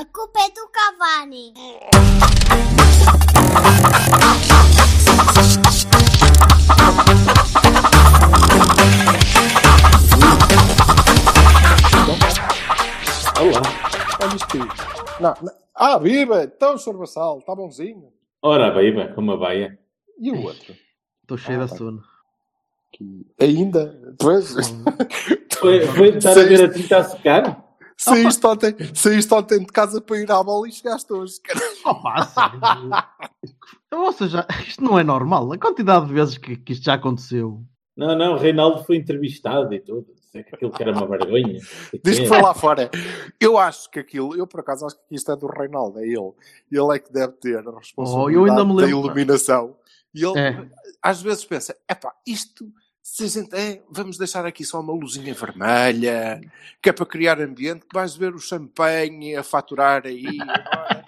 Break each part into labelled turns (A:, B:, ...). A: A culpa é do Cavani.
B: Olá. Olha isto aí. Não, não. Ah, viva! Então, Sr. Bassal, está bonzinho.
C: Ora, viva, como a baia.
B: E o outro?
D: Estou cheio
B: Ah,
D: de
B: pá.
D: sono.
B: Ainda? Pois.
C: Foi, foi estar a ver a tinta a secar?
B: saíste, ontem, saíste ontem de casa para ir à bola e chegaste hoje. caralho.
D: Opa, a sério. Ou seja, isto não é normal. A quantidade de vezes que, que isto já aconteceu.
C: Não, não, o Reinaldo foi entrevistado e tudo. Sei que aquilo que era uma vergonha. Sei que
B: Diz que
C: é.
B: foi lá fora. Eu acho que aquilo, eu por acaso acho que isto é do Reinaldo, é ele. Ele é que deve ter a
D: Oh, eu ainda
B: responsabilidade
D: me
B: da
D: lembro.
B: iluminação. E ele
D: É.
B: às vezes pensa: epá, isto, se a gente é, vamos deixar aqui só uma luzinha vermelha, que é para criar ambiente, que vais ver o champanhe a faturar aí. agora."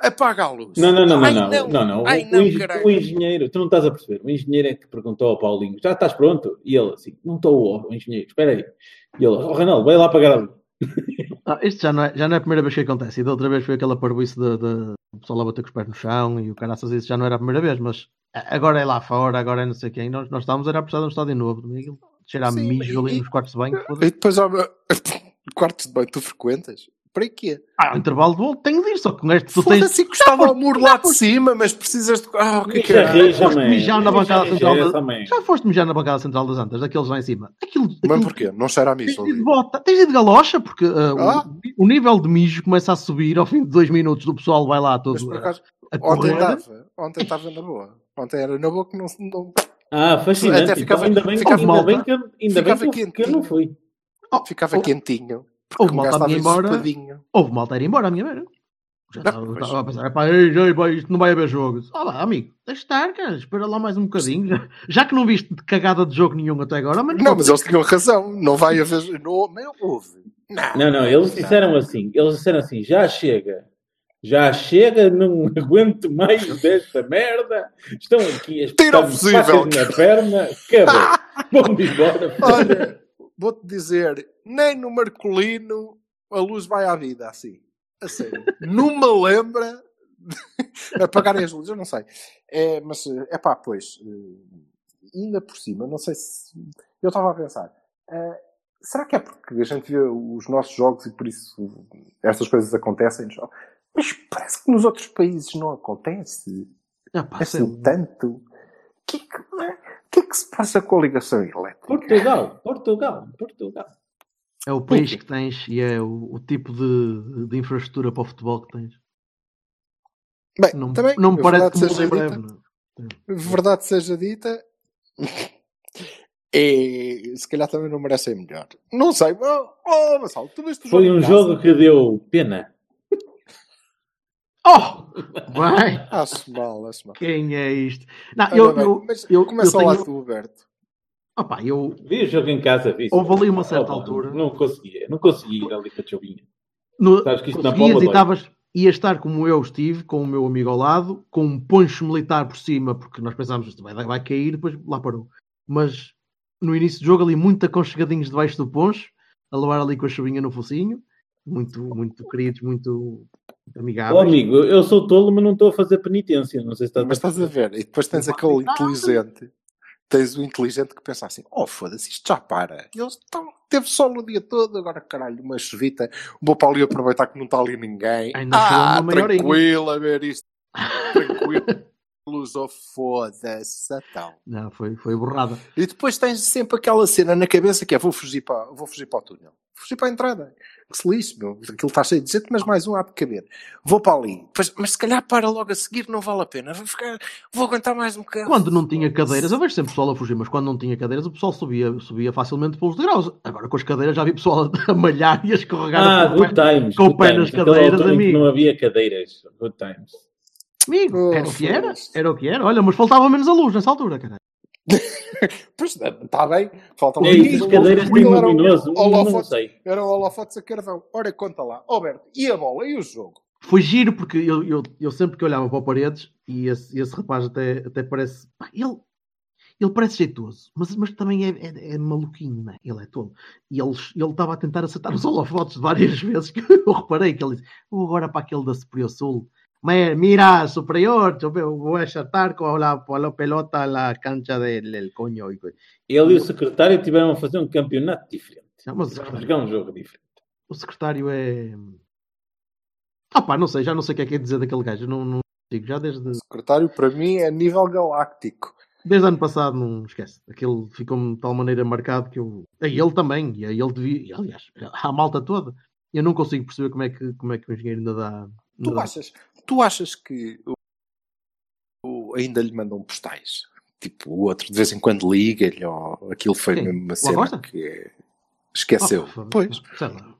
B: Apaga a luz.
C: Não, não, não,
B: Ai,
C: não, não, não, não.
B: Ai,
C: O- o
B: não,
C: engen-
B: caralho.
C: o engenheiro, tu não estás a perceber, o engenheiro é que perguntou ao Paulinho, já estás pronto? E ele assim, não estou, o engenheiro, espera aí. E ele, oh, Reinaldo, vai lá pagar a luz.
D: Ah, isto já não, é, já não é a primeira vez que acontece. E da outra vez foi aquela parboice de, de o pessoal a bater com os pés no chão e o caraças. Isso já não era a primeira vez, mas a- agora é lá fora, agora é não sei quem. Nós, nós estávamos era a precisar de um estádio novo. também aquilo Cheira a
B: Sim,
D: mijo
B: e-
D: ali nos quartos de banho. foda-se.
B: E depois, ó, meu, quartos de banho, tu frequentas? Para quê?
D: Ah, o intervalo do outro tenho de ir, só que com este tu tens
B: Foda-se que estava o muro lá de cima, mas precisas de. Ah, o que é que
C: Já
B: era?
C: ri, já me-
D: mijar na
C: já
D: bancada
C: me
D: central
C: cheira
D: da-
C: também.
D: Já foste mijar na bancada central das Antas, daqueles lá em cima? Aquilo, aquilo-
B: Mas porquê? Não cheira a
D: tens
B: mijo
D: de ir de
B: ali.
D: bota, tens de ir de galocha, porque ah, o-
B: Ah.
D: o, nível de mijo começa a subir ao fim de dois minutos. O pessoal vai lá todo
B: Mas por
D: a-
B: acaso,
D: a
B: ontem
D: correr.
B: estava. Ontem estava na boa. Ontem era na boa que não. não
C: Ah, fascinante.
B: Até ficava-
C: então, ainda bem,
B: ficava-
C: ainda bem que, eu- ainda bem
B: ficava
C: que, eu- que eu
B: quentinho.
C: não fui.
B: ficava
D: Oh.
B: quentinho.
D: Houve
B: O gajo
D: malta a
B: estava
D: minha embora.
B: ensopadinho.
D: Houve malta a ir embora à minha beira. Já
B: Não,
D: estava
B: pois.
D: estava a pensar, "Epá, ei, ei, boy, isto não vai haver jogo. Olá, amigo, deixa estar, cara, espera lá mais um bocadinho. Já, já que não viste de cagada de jogo nenhum até agora, mas
B: Não, mas eles tinham razão. Não vai haver. Não, não houve.
C: Não, não, eles disseram assim, eles disseram assim, já chega. Já chega, não aguento mais desta merda. Estão aqui as
B: Tira o
C: estão
B: fusível.
C: facas na perna. Acabou. Vamos embora.
B: Olha, vou-te dizer, nem no Marcolino a luz vai à vida assim. A sério. Não me lembra de apagarem as luzes, eu não sei. É, mas, é pá, pois, eh, ainda por cima, não sei se. Eu estava a pensar, eh, será que é porque a gente vê os nossos jogos e por isso estas coisas acontecem? Mas parece que nos outros países não acontece
D: Ah, pá,
B: é
D: sei lá.
B: assim tanto. O que, é que, o que é que se passa com a ligação elétrica?
C: Portugal, Portugal, Portugal.
D: é o país que tens e é o, o tipo de, de infraestrutura para o futebol que tens.
B: Bem,
D: Não,
B: É, também,
D: não me parece
B: verdade
D: que muda
B: seja,
D: em breve.
B: dita,
D: não.
B: verdade seja dita, é, se calhar também não merecem melhor. Não sei, oh, oh Vassal, tu viste o
C: Foi
B: jogo
C: um
B: em
C: jogo que deu pena.
D: Oh! Vai!
B: casa? Acho mal, acho mal.
D: Quem é isto? Não,
B: Ora
D: eu,
B: bem,
D: eu,
B: mas
D: eu, eu
B: começa lá
D: tenho...
B: tu, Berto.
D: Opa, eu,
C: Vi o jogo em casa, vi.
D: Houve ali uma certa
C: Opa,
D: altura.
C: Não conseguia, não conseguia ir ali com a chuvinha.
D: No,
C: Sabes que isto Tipo na
D: conseguias
C: palma
D: e
C: dói.
D: estavas ia estar como eu estive, com o meu amigo ao lado, com um poncho militar por cima, porque nós pensámos isto vai, vai cair, depois lá parou. Mas no início do jogo ali muito aconchegadinhos debaixo do poncho, a levar ali com a chuvinha no focinho, muito, muito queridos, muito, muito
C: Ó,
D: amigáveis.
C: Oh, amigo, eu sou tolo, mas não estou a fazer penitência. Não sei se estás
B: Mas estás a ver, e depois tens aquele inteligente. Tens o inteligente que pensa assim: oh foda-se, isto já para. Eles estão, teve sol o dia todo, agora caralho, uma chuvita. Vou para ali aproveitar que não está ali ninguém.
D: Ainda
B: Ah,
D: chegou uma meia horinha.
B: tranquilo, a ver isto. Tranquilo. Luz, oh foda-se, então.
D: Não, foi, foi borrada.
B: E depois tens sempre aquela cena na cabeça que é: vou fugir para, vou fugir para o túnel, fugir para a entrada. Que se lixe, meu. Aquilo está cheio de gente, mas mais um há de caber. Vou para ali. Pois- mas se calhar para logo a seguir, não vale a pena. Vou, ficar, vou aguentar mais um bocado.
D: Quando não tinha cadeiras, eu vejo sempre o pessoal a fugir, mas quando não tinha cadeiras, o pessoal subia, subia facilmente pelos degraus. Agora com as cadeiras já vi pessoal a malhar e a escorregar.
C: Ah,
D: pelo pé.
C: good times.
D: com o
C: good
D: pé
C: times.
D: nas
C: Aquela
D: cadeiras,
C: altura em que
D: amigo.
C: Não havia cadeiras. Good times.
D: Amigo,
B: Oh,
D: era o que era,
B: foda-se.
D: era o que era. Olha, mas faltava menos a luz nessa altura, caralho.
B: Pois está bem, falta
C: É isso, as cadeiras têm
B: Aquilo era um
C: luminoso. Não,
B: holofote-
C: sei.
B: Era o holofotes a carvão. Ora, conta lá. Alberto, e a bola? E o jogo?
D: Foi giro, porque eu, eu, eu sempre que olhava para o Paredes, e esse, esse rapaz até, até parece. pá, ele, ele parece jeitoso, mas, mas também é, é, é maluquinho, né? Ele é tolo. E ele ele estava a tentar acertar os holofotes várias vezes, que eu reparei que ele disse: "Vou agora para aquele da Superior Sul. Me- Mira, superior, eu vou- vou achatar com a, com a pelota a la cancha del del coño. e coisa.
C: Ele e o secretário tiveram a fazer um campeonato diferente.
D: Não, mas o
C: Tiveram a
D: secretário-
C: jogar um jogo diferente.
D: o secretário é. Ah pá, não sei, já não sei o que é que é dizer daquele gajo. Não, não digo, já desde,
B: Secretário, para mim, é nível galáctico.
D: desde ano passado não esquece. Aquele ficou-me de tal maneira marcado que eu. A ele também, e a ele devia. e, aliás, a malta toda. Eu não consigo perceber como é que, como é que o engenheiro ainda dá. ainda
B: Tu
D: dá-
B: achas, tu achas que o, o- ainda lhe mandam postais? Tipo, o outro de vez em quando liga-lhe, ou aquilo foi
D: Quem?
B: mesmo uma
D: O
B: cena
D: Acosta?
B: que é-
D: Oh,
B: esqueceu.
D: foda-se,
B: pois.
D: Sei lá.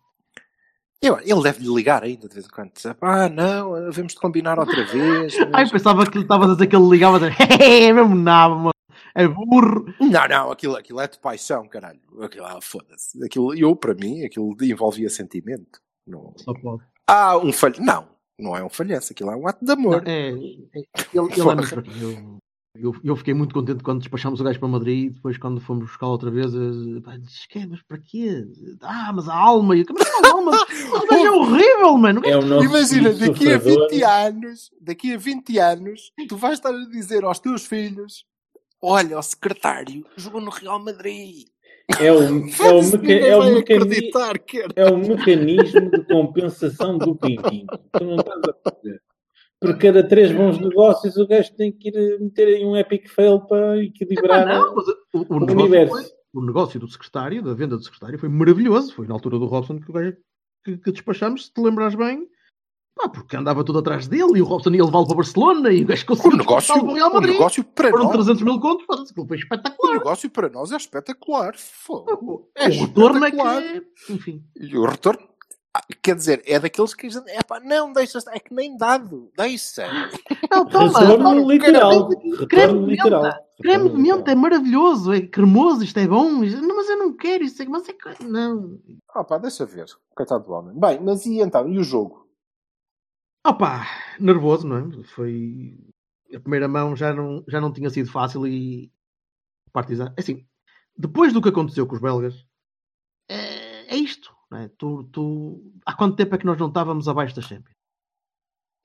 B: Eu- ele deve-lhe ligar ainda de vez em quando. dizer, Ah, não, havemos de combinar outra vez. mas-
D: Ai, pensava que ele estava a dizer que ele ligava a dizer, é mesmo nada, mano. É burro.
B: Não, não, aquilo, aquilo é de paixão, caralho. Aquilo, ah, foda-se. Aquilo, eu, para mim, aquilo envolvia sentimento. Não.
D: Só pode.
B: Ah, um falho. Não, não é um falhanço. Aquilo é um ato de
D: Não,
B: amor.
D: é, é- ele, ele é
B: Porra.
D: muito fraquinho. Eu, eu- eu fiquei muito contente quando despachámos o gajo para Madrid e depois quando fomos buscar outra vez, eu- pá, disse, "Quê? mas para quê? Ah, mas a alma, e como é que a alma? O gajo é horrível, mano.
C: É o nosso
B: Imagina,
C: espírito
B: daqui a
C: sofredor.
B: 20 anos, daqui a 20 anos, tu vais estar a dizer aos teus filhos: Olha, o secretário jogou no Real Madrid.
C: É o, é o,
B: Foda-se,
C: meca-
B: ninguém
C: é o
B: vai
C: mecani-
B: acreditar, quer.
C: é o mecanismo de compensação do pintinho. Tu não estás a perceber. Por cada três bons negócios, o gajo tem que ir meter aí um epic fail para
D: Ah,
C: equilibrar.
D: não, mas o, o
C: o
D: negócio
C: universo.
D: foi, o negócio do secretário, da venda do secretário, foi maravilhoso. Foi na altura do Robson que, o gajo- que, que despachámos, se te lembrares bem. Pá, porque andava tudo atrás dele e o Robson ia levá-lo para Barcelona e o gajo
B: O
D: conseguiu
B: negócio,
D: despachá-lo para o Real
B: o
D: Madrid.
B: negócio para
D: Foram
B: nós.
D: 300 mil contos, foda-se, aquilo foi
B: O
D: espetacular.
B: negócio para nós é espetacular. Fogo.
D: O
B: É
D: retorno é que
B: espetacular.
D: é. Enfim.
B: E o retorno, ah, quer dizer, é daqueles que dizem, é pá, não, deixa, é que nem dado, deixa.
D: Não, toma,
C: Retorno é literal.
D: creme de
C: Retorno literal.
D: Creme de menta é
C: Retorno
D: maravilhoso, é cremoso, isto é bom. isto- não, mas eu não quero isso. é- Mas é que. Não.
B: Ah pá, deixa ver, coitado do homem. Bem, mas e então, e o jogo?
D: Opa, nervoso, não é? Foi. A primeira mão já não, já não tinha sido fácil e. Partizan. Assim, depois do que aconteceu com os belgas, é, é isto. Não é? Tu, tu... Há quanto tempo é que nós não estávamos abaixo da Champions?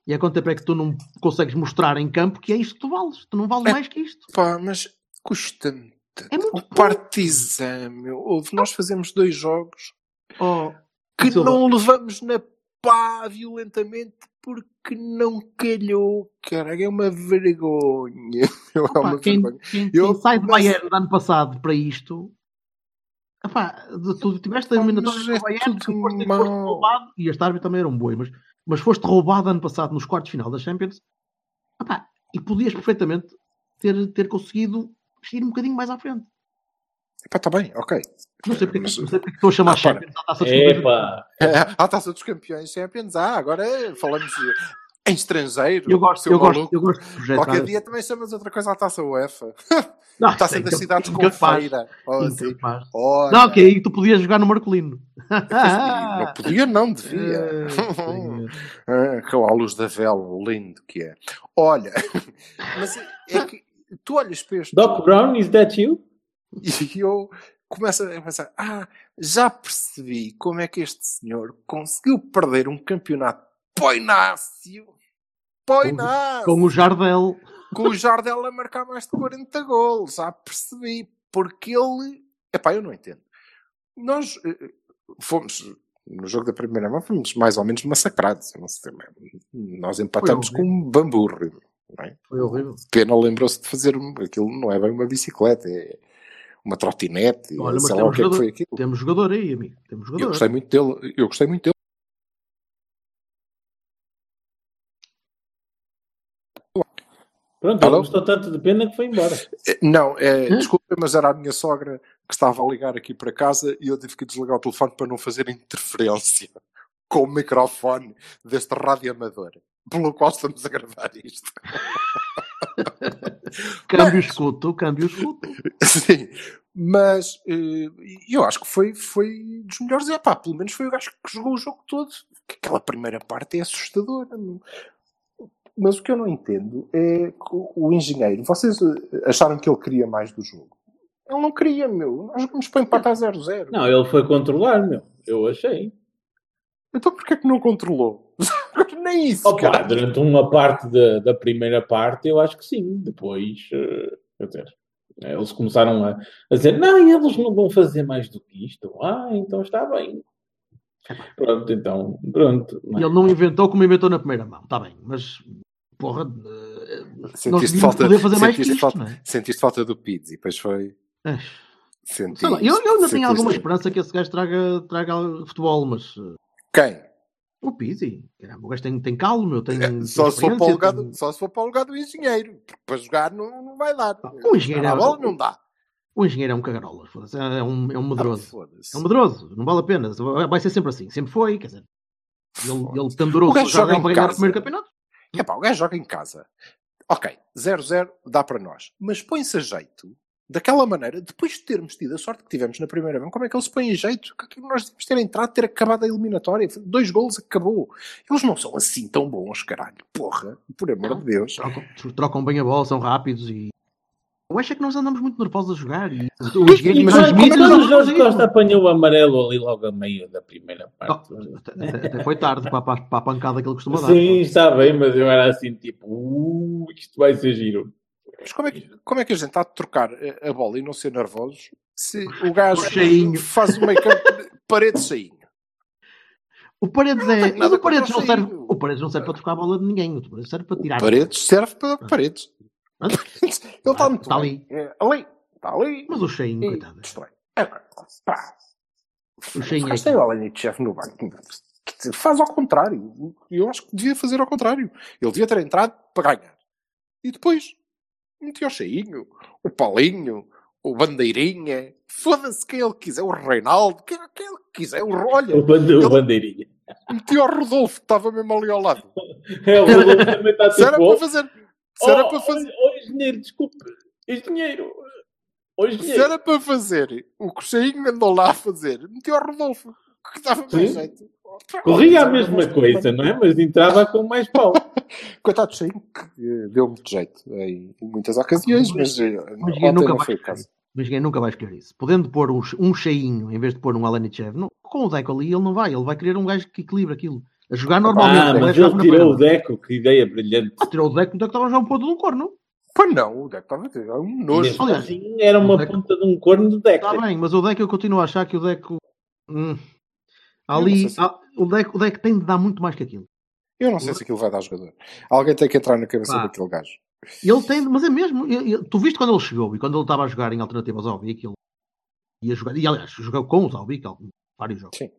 D: E há quanto tempo é que tu não consegues mostrar em campo que é isto que tu vales? Tu não vales
B: É.
D: mais que isto.
B: Pá, mas custa-me. tanto.
D: É muito
B: O
D: pouco.
B: Partizan, meu, ouve, nós fazemos dois jogos
D: Oh,
B: que
D: Silva.
B: não levamos na pá violentamente porque não calhou, caralho, é uma vergonha. É
D: Opa,
B: uma
D: quem,
B: vergonha.
D: quem-
B: Eu
D: quem sai do
B: começo-
D: Bayern do ano passado para isto. Epá, de- tu tiveste a
B: Opa,
D: eliminatória
B: mas
D: com
B: é
D: o Bayern,
B: tudo
D: que foste,
B: mau.
D: foste roubado, e este árbitro também era um boi, mas, mas foste roubado ano passado nos quartos de final da Champions. Epá, e podias perfeitamente ter, ter conseguido ir um bocadinho mais à frente.
B: Pá, está bem, ok.
D: Não sei porque,
B: Mas-
D: não sei porque estou a chamar
B: Repara.
D: Champions à taça de
C: É
D: campeões.
C: pá.
B: À taça dos campeões Champions, ah, agora falamos em estrangeiro.
D: Eu gosto,
B: seu
D: eu gosto,
B: maluco.
D: eu gosto de projetar.
B: Qualquer dia também chamas outra coisa à taça UEFA.
D: Não,
B: Taça
D: sei,
B: das
D: incapaz,
B: cidades com
D: incapaz,
B: feira. Ou assim.
D: incapaz.
B: Olha.
D: Não, que aí tu podias jogar no Marcolino.
B: Não podia, não devia.
D: Ah, senhor.
B: Ah, com a luz da vela, o lindo que é. Olha, mas é que tu olhas para este
C: Doc Brown, is that you?
B: e eu começo a pensar: ah, já percebi como é que este senhor conseguiu perder um campeonato poinácio. Poinácio!
D: Com o Jardel.
B: com o Jardel a marcar mais de 40 gols, já percebi, porque ele. Epá, eu não entendo. Nós eh, eh, fomos, no jogo da primeira mão, fomos mais ou menos massacrados. Eu Não sei, também. nós empatamos
D: Foi
B: com um bamburro. Não é?
D: Foi horrível.
B: Pena lembrou-se de fazer um- aquilo, não é bem uma bicicleta, é uma trotinete,
D: Olha, mas
B: sei lá o que é
D: temos
B: que
D: jogador-
B: foi aquilo.
D: Temos jogador aí, amigo.
B: Eu
D: Temos jogador.
B: gostei muito dele, eu gostei muito dele.
C: Pronto, ele
B: Alô?
C: gostou tanto de pena que foi embora.
B: Eh, Não, é,
D: Hã?
B: desculpa, mas era a minha sogra que estava a ligar aqui para casa e eu tive que desligar o telefone para não fazer interferência com o microfone deste rádio amador pelo qual estamos a gravar isto.
D: Câmbio escuto, câmbio escuto.
B: Sim. Mas eh, eu acho que foi, foi dos melhores. É pá, pelo menos foi o gajo que jogou o jogo todo. Que Aquela primeira parte é assustadora. não- Mas o que eu não entendo é que o- o engenheiro. Vocês eh, acharam que ele queria mais do jogo? Ele não queria, meu. Nós jogamos para empatar 0-0.
C: Não, ele foi controlar, meu. Eu achei.
B: Então porquê que não controlou? Nem isso,
C: Opa,
B: cara.
C: durante uma parte da, da primeira parte, eu acho que sim. Depois, eh, quer dizer, eh, eles começaram a, a dizer: não, eles não vão fazer mais do que isto. Ah, então está bem. Pronto, então, pronto.
D: E ele não inventou como inventou na primeira mão, está bem, mas porra, eh, nós
E: Sentiste
D: devíamos
E: falta,
D: poder fazer mais que
E: sentiste
D: isto,
E: falta-
D: não é?
E: sentiste falta do Pizzi, depois foi.
D: Ah,
E: Sentiste,
D: sei lá, eu, eu ainda tenho
E: sentiste-
D: alguma esperança que esse gajo traga, traga futebol, mas eh,
B: Quem?
D: o Pizzi, caramba, o gajo tem, tem calmo, meu, tem.
B: É,
D: tem
E: só se for
D: experiência,
E: para o lugar do-
D: tem-
B: Só se for para o lugar do engenheiro. Porque para jogar não, não vai dar.
D: O engenheiro
B: a
D: é-
B: bola não dá. Ah,
D: O engenheiro é um cagarola, foda-se, é um, é um medroso.
B: foda-se.
D: É um medroso, não vale a pena. Vai ser sempre assim, sempre foi, quer dizer. Ele, ele
B: O
D: pendurou
B: gajo joga em
D: para ganhar
B: casa.
D: o primeiro campeonato.
B: É pá, o gajo joga em casa. Ok, 0-0 dá para nós. Mas põe-se a jeito, daquela maneira, depois de termos tido a sorte que tivemos na primeira mão, como é que ele se põe a jeito? Que- que Nós devíamos ter entrado, ter acabado a eliminatória. Dois golos, acabou. Eles não são assim tão bons, caralho. Porra, por amor
D: Não.
B: de Deus.
D: Trocam, trocam bem a bola, são rápidos e. Eu acho é que nós andamos muito nervosos a jogar. E, o engenheiro, mas
C: Mas
D: os mídias
C: como é que
D: andam
C: o Jorge
D: nervosos
C: Costa
D: a isso.
C: apanhou o amarelo ali logo a meio da primeira parte?
D: Oh, até, até foi tarde para, para, para a pancada que ele costuma dar.
C: Sim, está bem, mas eu era assim, tipo, "Uh, isto vai ser giro.
B: Mas como é que, como é que a gente está a trocar eh, a bola e não ser nervosos se o gajo
D: Cheinho.
B: faz o make-up de parede cheinho?
D: O Paredes é.
B: tenho
D: Mas
B: nada
D: o Paredes, não
B: contra o
D: serve,
B: Cheinho.
D: o Paredes não serve para trocar a bola de ninguém. O Paredes serve para tirar.
B: Paredes serve para paredes.
D: Ah.
B: Paredes. Ele está muito
D: Está
B: bem.
D: ali.
B: É, ali. Está ali.
D: Mas o Cheinho,
B: E
D: coitado.
B: destrói. Agora, pá,
D: O Cheinho é.
B: faz tem o Alenichev no banco. Quer dizer, Faz ao contrário. Eu acho que devia fazer ao contrário. Ele devia ter entrado para ganhar. E depois, metia o Cheinho, o Paulinho, o Bandeirinha, foda-se quem ele quiser, o Reinaldo, quem, quem ele quiser, o
C: O,
B: Rolha.
C: bande- o
B: Ele-
C: bandeirinha.
B: Metia o Rodolfo, que estava mesmo ali ao lado.
C: É, o Rodolfo também está
B: Se era
C: tipo,
B: para fazer... Se era
C: "Oh,
B: para fazer...
C: Olha, olha, engenheiro, desculpe. Engenheiro. Oh,
B: Se
C: engenheiro.
B: era para fazer o que o Cheinho andou lá a fazer, meteu o Rodolfo, que dava mais
C: Sim.
B: jeito.
C: Corria a mesma coisa, não é? Mas entrava com mais pau.
B: Coitado de Cheinho, que eh, deu muito jeito em muitas ocasiões, mas, eh,
D: eu
B: ontem
D: nunca
B: não
D: mais
B: foi o
D: vi.
B: caso.
D: Mas ninguém nunca vai escolher isso. Podendo pôr um, um cheinho em vez de pôr um Alenichev, não, com o Deco ali ele não vai. Ele vai querer um gajo que equilibra aquilo. A jogar normalmente.
C: Ah, mas
D: o gajo
C: ele
D: joga na
C: tirou o
D: primeira.
C: Deco, que ideia brilhante.
D: Ah, tirou o Deco, o Deco estava já um ponto de um corno.
B: Pois não, o Deco estava é um nojo.
C: Mesmo
D: Aliás,
C: assim, era uma
D: o Deco-
C: ponta de um corno do Deco.
B: Tá
D: Está Tá bem, mas o Deco eu continuo a achar que o Deco. Hum.
B: Eu
D: ali.
B: não sei se-
D: ah, o, Deco, o Deco tem de dar muito mais que aquilo.
B: Eu não sei se aquilo vai dar jogador. Alguém tem que entrar na cabeça
D: Pá.
B: daquele gajo.
D: E Ele tem, mas é mesmo. ele- ele- tu viste quando ele chegou e quando ele estava a jogar em alternativas ao Vic, ele ia jogar. E aliás, jogou com os ao Vic, é um, vários jogos.
B: Sim.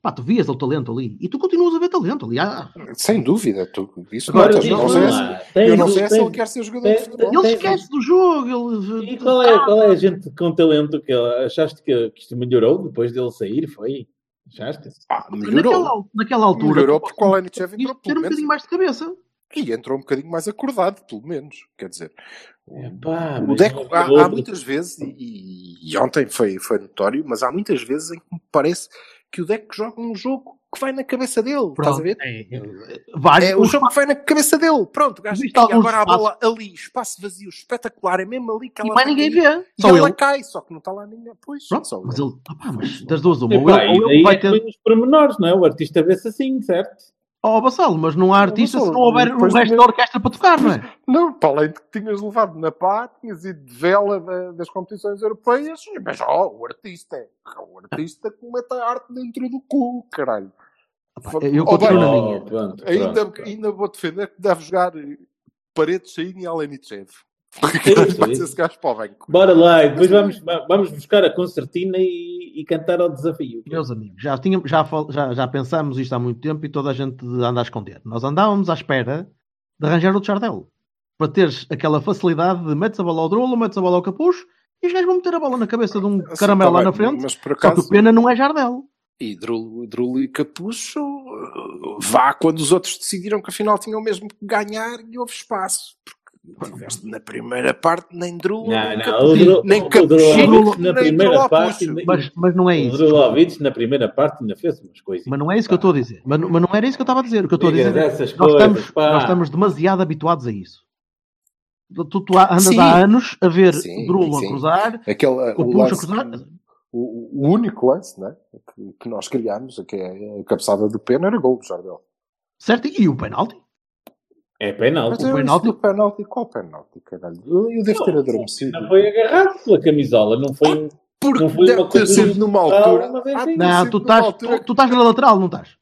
D: Pá, tu vias o talento ali e tu continuas a ver talento ali. Ah,
B: Sem dúvida, tu, isso
C: Agora,
B: não, é
D: diz-me
B: não sei
D: lá,
B: se-
C: tens
B: eu não
C: o-
B: sei se
C: tens-
B: ele quer ser jogador de
C: tens-
B: futebol.
D: ele
C: tem-
D: esquece do jogo. Ele,
C: E qual é, qual é a gente com talento que achaste que, que isto melhorou depois dele sair? Foi? Achaste?
B: Ah, melhorou.
D: Naquela, naquela altura.
B: Melhorou
D: tu-
B: porque é o Alenichev
D: tinhas
B: entrou
D: de
B: pelo
D: ter um
B: menos.
D: bocadinho mais de cabeça.
B: E entrou um bocadinho mais acordado, pelo menos. Quer dizer,
C: Epá,
B: O
C: mas
B: Deco,
C: não
B: há,
C: acabou
B: há
C: de-
B: muitas vezes, e, e ontem foi, foi notório, mas há muitas vezes em que me parece que o Deco joga um jogo que vai na cabeça dele, estás a ver?
D: É, é, vários.
B: É o
D: os-
B: jogo que vai na cabeça dele, pronto, o gajo
D: Existe
B: aqui,
D: algum
B: agora a
D: espaço.
B: bola ali, espaço vazio, espetacular, é mesmo ali que
D: e
B: ela
D: mais
B: vai
D: ninguém
B: cair.
D: vê.
B: E
D: Só
B: ela
D: ele.
B: cai, só que não está lá ninguém. Pois, só
D: Pronto,
B: ele.
D: mas ele. Ah, pá, mas das duas, uma. Ou
C: Epá,
D: ele,
B: um-
C: e
D: ou
C: daí
D: ele vai
C: é que
D: ter.
C: vem os pormenores, não é? O artista vê-se assim, certo?
D: Oh, Bassalo, mas não há artista
B: Vassalo,
D: se não houver o
B: depois
D: resto
B: também-
D: da orquestra para tocar, não é?
B: Não, para além de que tinhas levado na pá, tinhas ido de vela da- das competições europeias, mas ó, o artista, é o artista que mete a arte dentro do cu, caralho.
D: eu
B: Oh, bem,
D: continuo na
C: Oh,
D: minha.
C: pronto,
B: Ainda,
C: pronto.
B: ainda vou defender que deve jogar Paredes, Sainha e Alenichev.
C: isso,
B: Pode
C: isso.
B: ser esse gajo para o banco.
C: Bora lá, e depois vamos,
B: é.
C: va- vamos buscar a concertina e, e cantar ao desafio.
D: Meus amigos, já, tínhamos, já, fal- já, já pensámos isto há muito tempo e toda a gente anda a esconder. Nós andávamos à espera de arranjar outro jardel para teres aquela facilidade de metes a bola ao drolo, metes a bola ao capucho e os gajos vão meter a bola na cabeça de um
B: Assim,
D: caramelo
B: tá
D: lá
B: bem,
D: na frente.
B: Mas por
D: Só que
B: acaso,
D: o pena não é jardel.
B: e Drulo, Drulo e Capucho uh, vá quando os outros decidiram que afinal tinham mesmo que ganhar e houve espaço. Porque Tiveste na primeira parte nem Drula,
C: Não,
B: nem,
C: não,
B: Capu-
C: o Dro-
B: nem
C: o Drulovic
B: Capuchino,
C: na
B: nem
C: primeira parte.
B: Drolapucho.
D: Mas, mas não é
C: O
D: isso.
C: Drulovic na primeira parte ainda fez umas coisas.
D: Mas não é isso que eu estou a dizer. Mas, mas não era isso que eu estava a dizer. O que eu estou a dizer é
C: Essas
D: nós
C: coisas,
D: estamos,
C: pá.
D: nós estamos demasiado habituados a isso. Tu, tu há- andas
E: Sim.
D: há anos a ver
E: Sim,
D: o Drulo
E: sim.
D: a cruzar,
E: Aquele, uh,
D: o
E: o,
D: Puxo a
E: lance,
D: cruzar.
E: o, o único lance não é? que, que nós criámos, que é a cabeçada do pena, era gol do Jardel.
D: Certo? E o penalti?
C: É
E: Mas
C: penalti.
E: eu
D: penalti?
E: penalti? penalti? Qual penalti, caralho? Eu, eu devo ter adormecido.
C: Não foi agarrado pela camisola, não foi um.
B: Porque
C: Não foi
B: deve
C: uma
B: ter
C: coisa
B: sido numa altura.
C: mas é
B: há
C: assim.
B: de ter
D: Ah, Não,
B: sido
D: tu
B: numa
D: estás,
B: altura
D: tu, tu estás na lateral, não estás?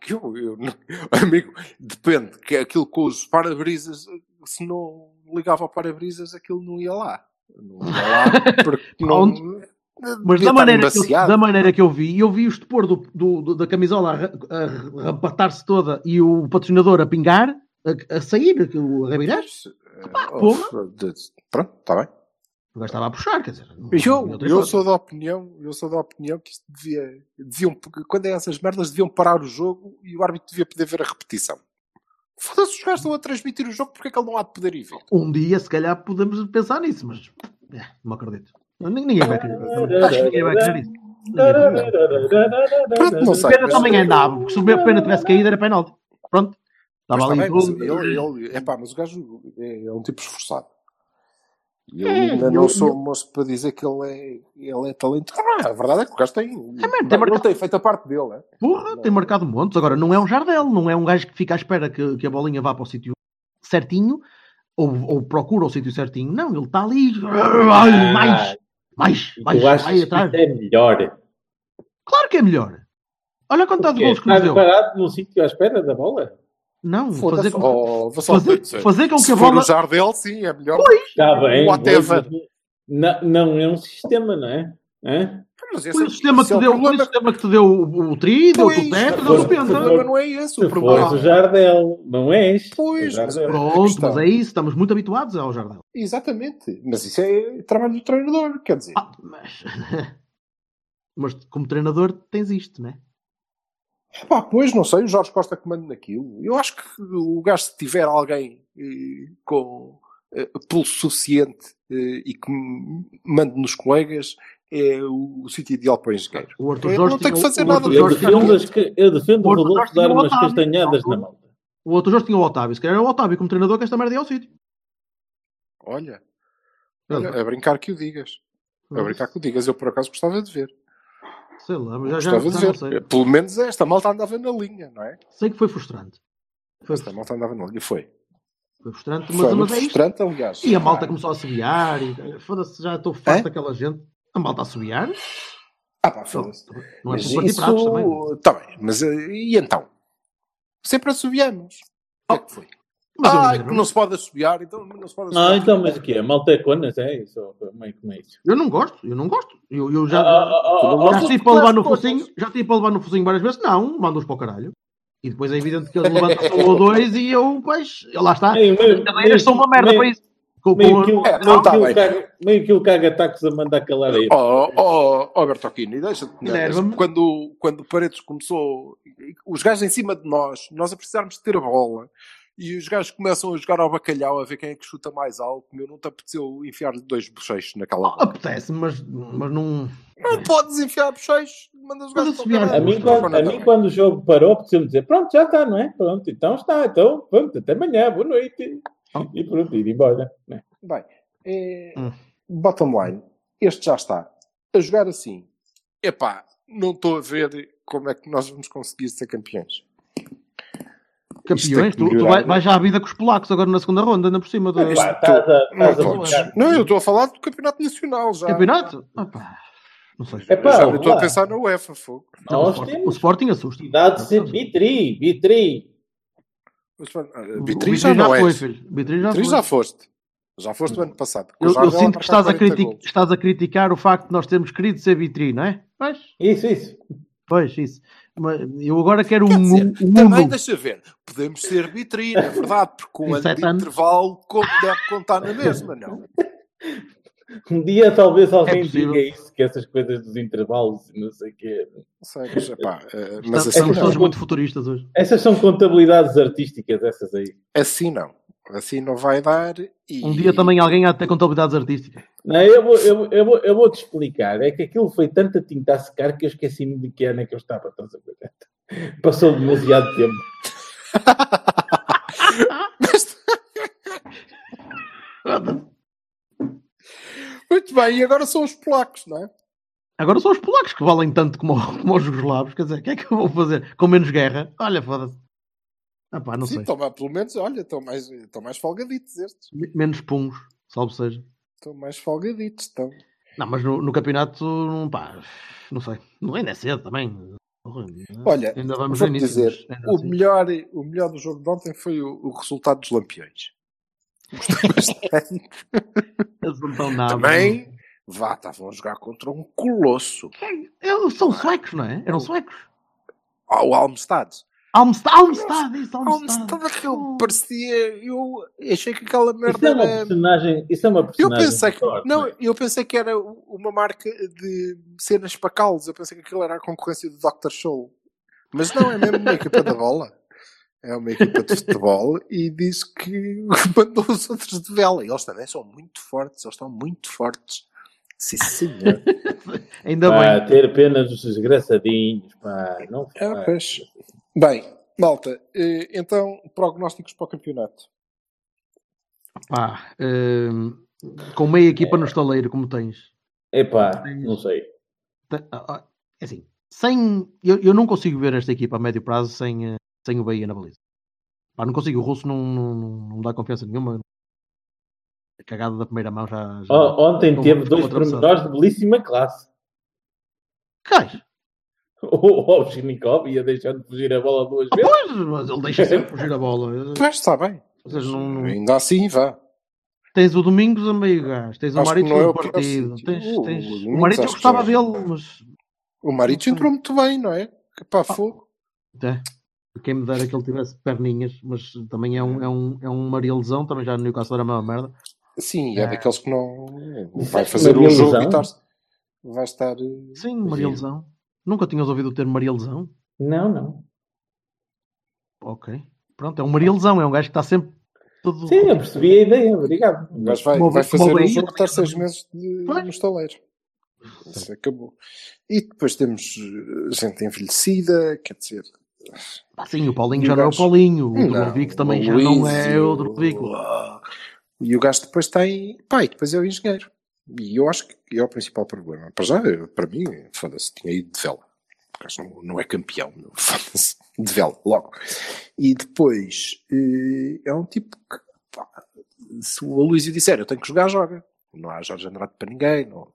E: Que eu- eu não-
B: Amigo, depende, que aquilo com os para-brisas, se não ligava ao para-brisas, aquilo não ia lá. Não ia lá porque não.
D: Pronto. Mas da maneira, que eu,
B: Demasiado.
D: da maneira que eu vi, eu vi o estupor do, do- do- da camisola a, ra- a rapatar-se toda e o patrocinador a pingar, a, a sair, que o Rabirás, porra.
E: Pronto,
B: tá
E: está bem.
D: o gajo estava a puxar, quer dizer. não- não
B: Eu,
D: tinha outra
B: eu
D: hipótese.
B: sou da opinião, eu sou da opinião que isto devia, deviam, quando é essas merdas, deviam parar o jogo e o árbitro devia poder ver a repetição. Foda-se, os gajos estão a transmitir o jogo, porque é que ele não há de poder ir ver?
D: Um dia, se calhar, podemos pensar nisso, mas é, não acredito. Ninguém ninguém vai querer. Acho que ninguém vai querer isso.
B: Pronto, não
D: O
B: sei.
D: Pena
B: mas-
D: também andava, porque se o Pena tivesse caído era penalti. Pronto.
B: Mas
D: Estava
B: tá
D: ali.
B: bem, mas
D: tudo.
B: ele, ele, epá, mas o gajo é, é um tipo esforçado. É, E eu ainda não sou moço para dizer que ele é, ele é talento. Ah, a verdade é que o gajo tem.
D: tem
B: não,
D: marcado.
B: não tem feito a parte dele. é?
D: Porra, tem marcado montes. Agora, não é um Jardel, não é um gajo que fica à espera que, que a bolinha vá para o sítio certinho ou, ou procura o sítio certinho. Não, ele está ali. Ai, mais, mais,
C: Tu
D: mais,
C: achas
D: vai
C: que
D: atrás.
C: isto é melhor?
D: Claro que é melhor. Olha a quantidade de
C: Quê?
D: gols que nos
C: Estás
D: deu.
C: parado num sítio à espera da bola?
D: Não, fazer
B: Foda-se.
D: com,
B: Oh, vou só
D: fazer,
B: dizer,
D: fazer com que
B: Se
D: a
B: for
D: bola.
B: o Jardel, sim, é melhor.
C: Está Tá bem.
B: Whatever.
C: mas Não, não é um sistema, não é? Hã?
B: Mas esse
D: Foi
B: é-
D: o sistema que
B: esse é
D: te deu, foi o
B: problema.
D: sistema que te deu o, o tri, deu
B: Pois,
D: o teto, deu
C: pois,
D: o
B: o
D: penta.
B: problema não é esse.
C: Se
B: O
C: fores
B: problema
C: o Jardel, não és?
B: Pois,
C: O Jardel.
D: Pronto, mas
B: Questão.
D: é isso, estamos muito habituados ao Jardel.
B: Exatamente. Mas isso é trabalho do treinador, quer dizer.
D: Ah, mas... mas como treinador tens isto, né?
B: Pá, pois, não sei, o Jorge Costa que manda naquilo. Eu acho que o gajo, se tiver alguém eh, com eh, pulso suficiente eh, e que m- mande nos colegas, é o, o sítio ideal para o engenheiro.
D: O Arthur
B: Eu
D: Jorge
B: não tenho
D: tinha-
B: que fazer
D: o
B: nada.
D: Arthur
C: Eu
D: Jorge
C: defendo,
D: tinha-
C: as, que- eu defendo o
D: Porto,
C: Rodolfo
D: nós tínhamos
C: dar umas
D: o Otávio,
C: castanhadas
D: não,
C: na
D: não.
C: malta.
D: O Arthur Jorge tinha o Otávio, se calhar era o Otávio como treinador que esta merda ia ao sítio.
B: Olha,
D: Uhum.
B: olha, a brincar que o digas. A
D: Hum.
B: brincar que o digas. Eu, por acaso, gostava de ver.
D: Sei lá, mas já, já,
B: Gostava de
D: já não
B: ver. Eh,
D: sei.
B: Pelo menos esta malta andava na linha, não é?
D: Sei que foi frustrante. Foi,
B: Esta malta andava na linha. Foi.
D: foi frustrante, mas,
B: Foi
D: mas
B: muito
D: é isto.
B: frustrante, aliás.
D: E a malta
B: Ah,
D: começou a assobiar. e- eh, Foda-se, já estou farto
B: É?
D: daquela gente. A malta a assobiar.
B: Ah, pá,
D: Não,
B: foda-se.
D: não é
B: Mas
D: por partir pratos também. não é?
B: isso... Está bem, mas eh, e então? Sempre assobiamos.
D: Oh.
B: O que é que foi?
D: Mas eu
B: ah,
D: não-
B: que não se pode assobiar, então não se pode
C: Ah,
B: assobiar.
C: então, mas o quê? A malta é conas, é isso? Como é como é isso?
D: Eu não gosto, eu não gosto. Eu, eu já,
C: Ah, ah, ah,
D: já
C: ah,
D: tive para levar no focinho, já tive para levar no focinho várias vezes. Não, manda-os para o caralho. E depois é evidente que eles levantam só um ou dois e eu, pois, lá está.
C: ah, Meio- meio-
D: As cadeiras são uma merda
C: meio-
D: para isso. Com,
C: Meio
D: com-
C: que o
B: É, não tá
C: meio
B: bem.
C: que o caga- meio que o caga-tacos a mandar calar aí.
B: Oh, oh, oh Bertocchini, deixa-te. não,
D: Enerva-me.
B: deixa-te. Quando, quando o Paredes começou, os gajos em cima de nós, nós a precisarmos de ter a bola, e os gajos começam a jogar ao bacalhau a ver quem é que chuta mais alto, meu, não te apeteceu enfiar-lhe dois bochechos naquela bola.
D: Apetece, mas, mas não.
B: Ah, Não podes enfiar bochechos, manda os
D: Mas
B: gajos para o tá
D: assobiar.
C: A
B: caralho.
C: mim, quando, a mim, quando o jogo parou, precisamos dizer: pronto, já está, não é? Pronto, então está, então, pronto, até amanhã, boa noite. E pronto, ir embora. né?
B: Bem, é,
D: Hum.
B: bottom line, este já está. A jogar assim, epá, não estou a ver como é que nós vamos conseguir ser campeões.
D: Campeões,
B: que
D: tu, tu
B: melhorar,
D: vai-
B: né?
D: vais já à vida com os polacos agora na segunda ronda, ainda por cima do
C: Pá, estás a-
B: Não,
C: estás a
B: estou-
C: brincar.
B: não, eu estou a falar do campeonato nacional já.
D: campeonato. Ah, pá, não sei.
C: É
B: Já,
C: pá,
B: eu estou a
C: vá.
B: pensar na UEFA, fogo.
D: Não, o,
C: nós
D: Sporting, o
C: temos
D: Sporting assusta.
C: cuidado de ser bitri, bitri.
D: O- o
B: Bitri já não é.
D: foi, filho. O Beatriz já
B: Bitri
D: foi.
B: já foste. Já foste o ano passado.
D: Eu,
B: Já
D: eu
B: agora
D: sinto que
B: marcar
D: estás a,
B: 40
D: criti-
B: golos.
D: estás a criticar o facto de nós termos querido ser vitrine, não é? Pois,
C: Isso, isso.
D: pois isso. Mas eu agora quero um,
B: Quer dizer,
D: um- um
B: Também
D: mundo.
B: deixa ver, podemos ser Bitri, é verdade, porque
D: Em
B: um ano
D: sete
B: de
D: anos.
B: intervalo co- deve contar na mesma, não?
C: Um dia talvez alguém
D: possível.
C: diga isso, que essas coisas dos intervalos e não sei o quê.
B: Não sei, mas, epá, eh, mas
D: Estamos,
B: assim
D: estamos
B: não.
D: todos muito futuristas hoje.
C: Essas são contabilidades artísticas, essas aí.
B: Assim não. Assim não vai dar. E...
D: Um dia também alguém há de ter contabilidades artísticas.
C: Não, eu vou, eu, vou- eu, vou, eu vou te explicar. É que aquilo foi tanta tinta a secar que eu esqueci-me de que ano é que eu estava. Estás a ver? Passou demasiado tempo.
B: Muito bem, e agora são os polacos, não é?
D: Agora são os polacos que valem tanto como, como os jugoslavos. Quer dizer, o que é que eu vou fazer? Com menos guerra? Olha, foda-se. Ah pá, não
B: Sim,
D: sei.
B: estão, mais- pelo menos, olha, estão mais, estão mais folgaditos estes.
D: Me- Menos puns, salvo seja.
B: Estão mais folgaditos. Estão.
D: Não, mas no, no campeonato, não, pá, não sei. Não ainda é cedo também. Porra,
B: Olha,
D: ainda vamos no
B: vou-te
D: início,
B: dizer,
D: mas ainda
B: O
D: assim.
B: melhor, o melhor do jogo de ontem foi o, o resultado dos lampiões. Gostei bastante.
D: Eles não estão nada.
B: Também, vá, estavam a jogar contra um colosso.
D: Eles são suecos, não é? Eram suecos.
B: Ah, o Almstad.
D: Almstad, Almstad, isso, Almstad.
B: Almstad que eu parecia. Eu achei que aquela
C: Isso é
B: merda
C: uma
B: era.
C: personagem. Isso é uma
B: Eu
C: personagem.
B: pensei que.
C: forte,
B: Não,
C: é?
B: eu pensei que era uma marca de cenas para calos. Eu pensei que aquilo era a concorrência do Dr. Show. Mas não, é mesmo uma equipa da bola. É uma equipa de futebol e diz que mandou os outros de vela. E eles também são muito fortes, eles estão muito fortes. Sim, senhor.
D: Ainda
C: Pá,
D: bem.
C: ter pena dos desgraçadinhos. Pá, não
B: Ah,
C: faz.
B: pois. Bem, malta, eh, então prognósticos para o campeonato.
D: Pá, hum, com meia equipa no estaleiro, como tens.
C: Epá, não sei.
D: Te- ah, ah, É assim, sem. Eu, eu não consigo ver esta equipa a médio prazo sem, eh, sem o Bahia na baliza. Pá, não consigo. O russo não, não, não não dá confiança nenhuma. A cagada da primeira mão já. já...
B: Oh.
C: O- ontem
D: Não,
C: teve
D: não
C: dois
D: ultrapassado.
C: pormenores de belíssima classe.
D: Cais!
C: O Ovchinikov ia deixando fugir a bola duas
D: Ah,
C: vezes.
D: pois, mas ele deixa sempre fugir a bola.
B: Pois, está bem.
D: Ou seja, não- não-
B: Ainda assim, vá.
D: Tens o Domingos a meio gás, tens o
B: Acho que
D: Marito
B: não é
D: no
B: o pior
D: partido.
B: sítio.
D: Tens,
B: O-
D: tens...
B: o
D: O,
B: Domingos
D: Marito eu
B: acho que
D: gostava
B: é-
D: dele, mas.
B: O Maric
D: Não sei.
B: entrou muito bem, não é? Que
D: Ah.
B: Pá, fogo.
D: Tá. Quem me dera que ele tivesse perninhas, mas também é um, é um, é um Marielzão, também já no Newcastle era a mesma merda.
B: Sim, é daqueles que não. Vai
C: Ah. Disseste
B: fazer
C: uma
B: um jogo e
C: ilusão?
B: estar. Vai estar. eh,
D: Sim, Marielzão. Nunca tinhas ouvido o termo Marielzão?
C: Não, não.
D: Ok. Pronto, é um Marielzão, é um gajo que está sempre todo.
C: Sim, eu percebi a ideia, obrigado.
B: O gajo vai,
D: Como
B: vai
D: o-
B: fazer
D: como o
B: um
D: Bahia
B: jogo e estar
D: também.
B: seis meses de,
D: Pois.
B: no estaleiro. Isso acabou. E depois temos eh, gente envelhecida, quer dizer.
D: Ah, sim, o Paulinho
B: E
D: já
B: o
D: não é o
B: gajo-
D: Paulinho. O
B: não,
D: Drovic também
B: o
D: já não
B: Luiz e
D: é o Drovic.
B: E o gajo depois tem. Pá, e depois é o engenheiro. E eu acho que é o principal problema. Para já, eh, para mim, foda-se, tinha ido de vela. O gajo não, não é campeão, meu. foda-se. De vela, logo. E depois eh, é um tipo que. Pá, se o Aloysio disser eu tenho que jogar, joga. Não há Jorge Andrade para ninguém. Não...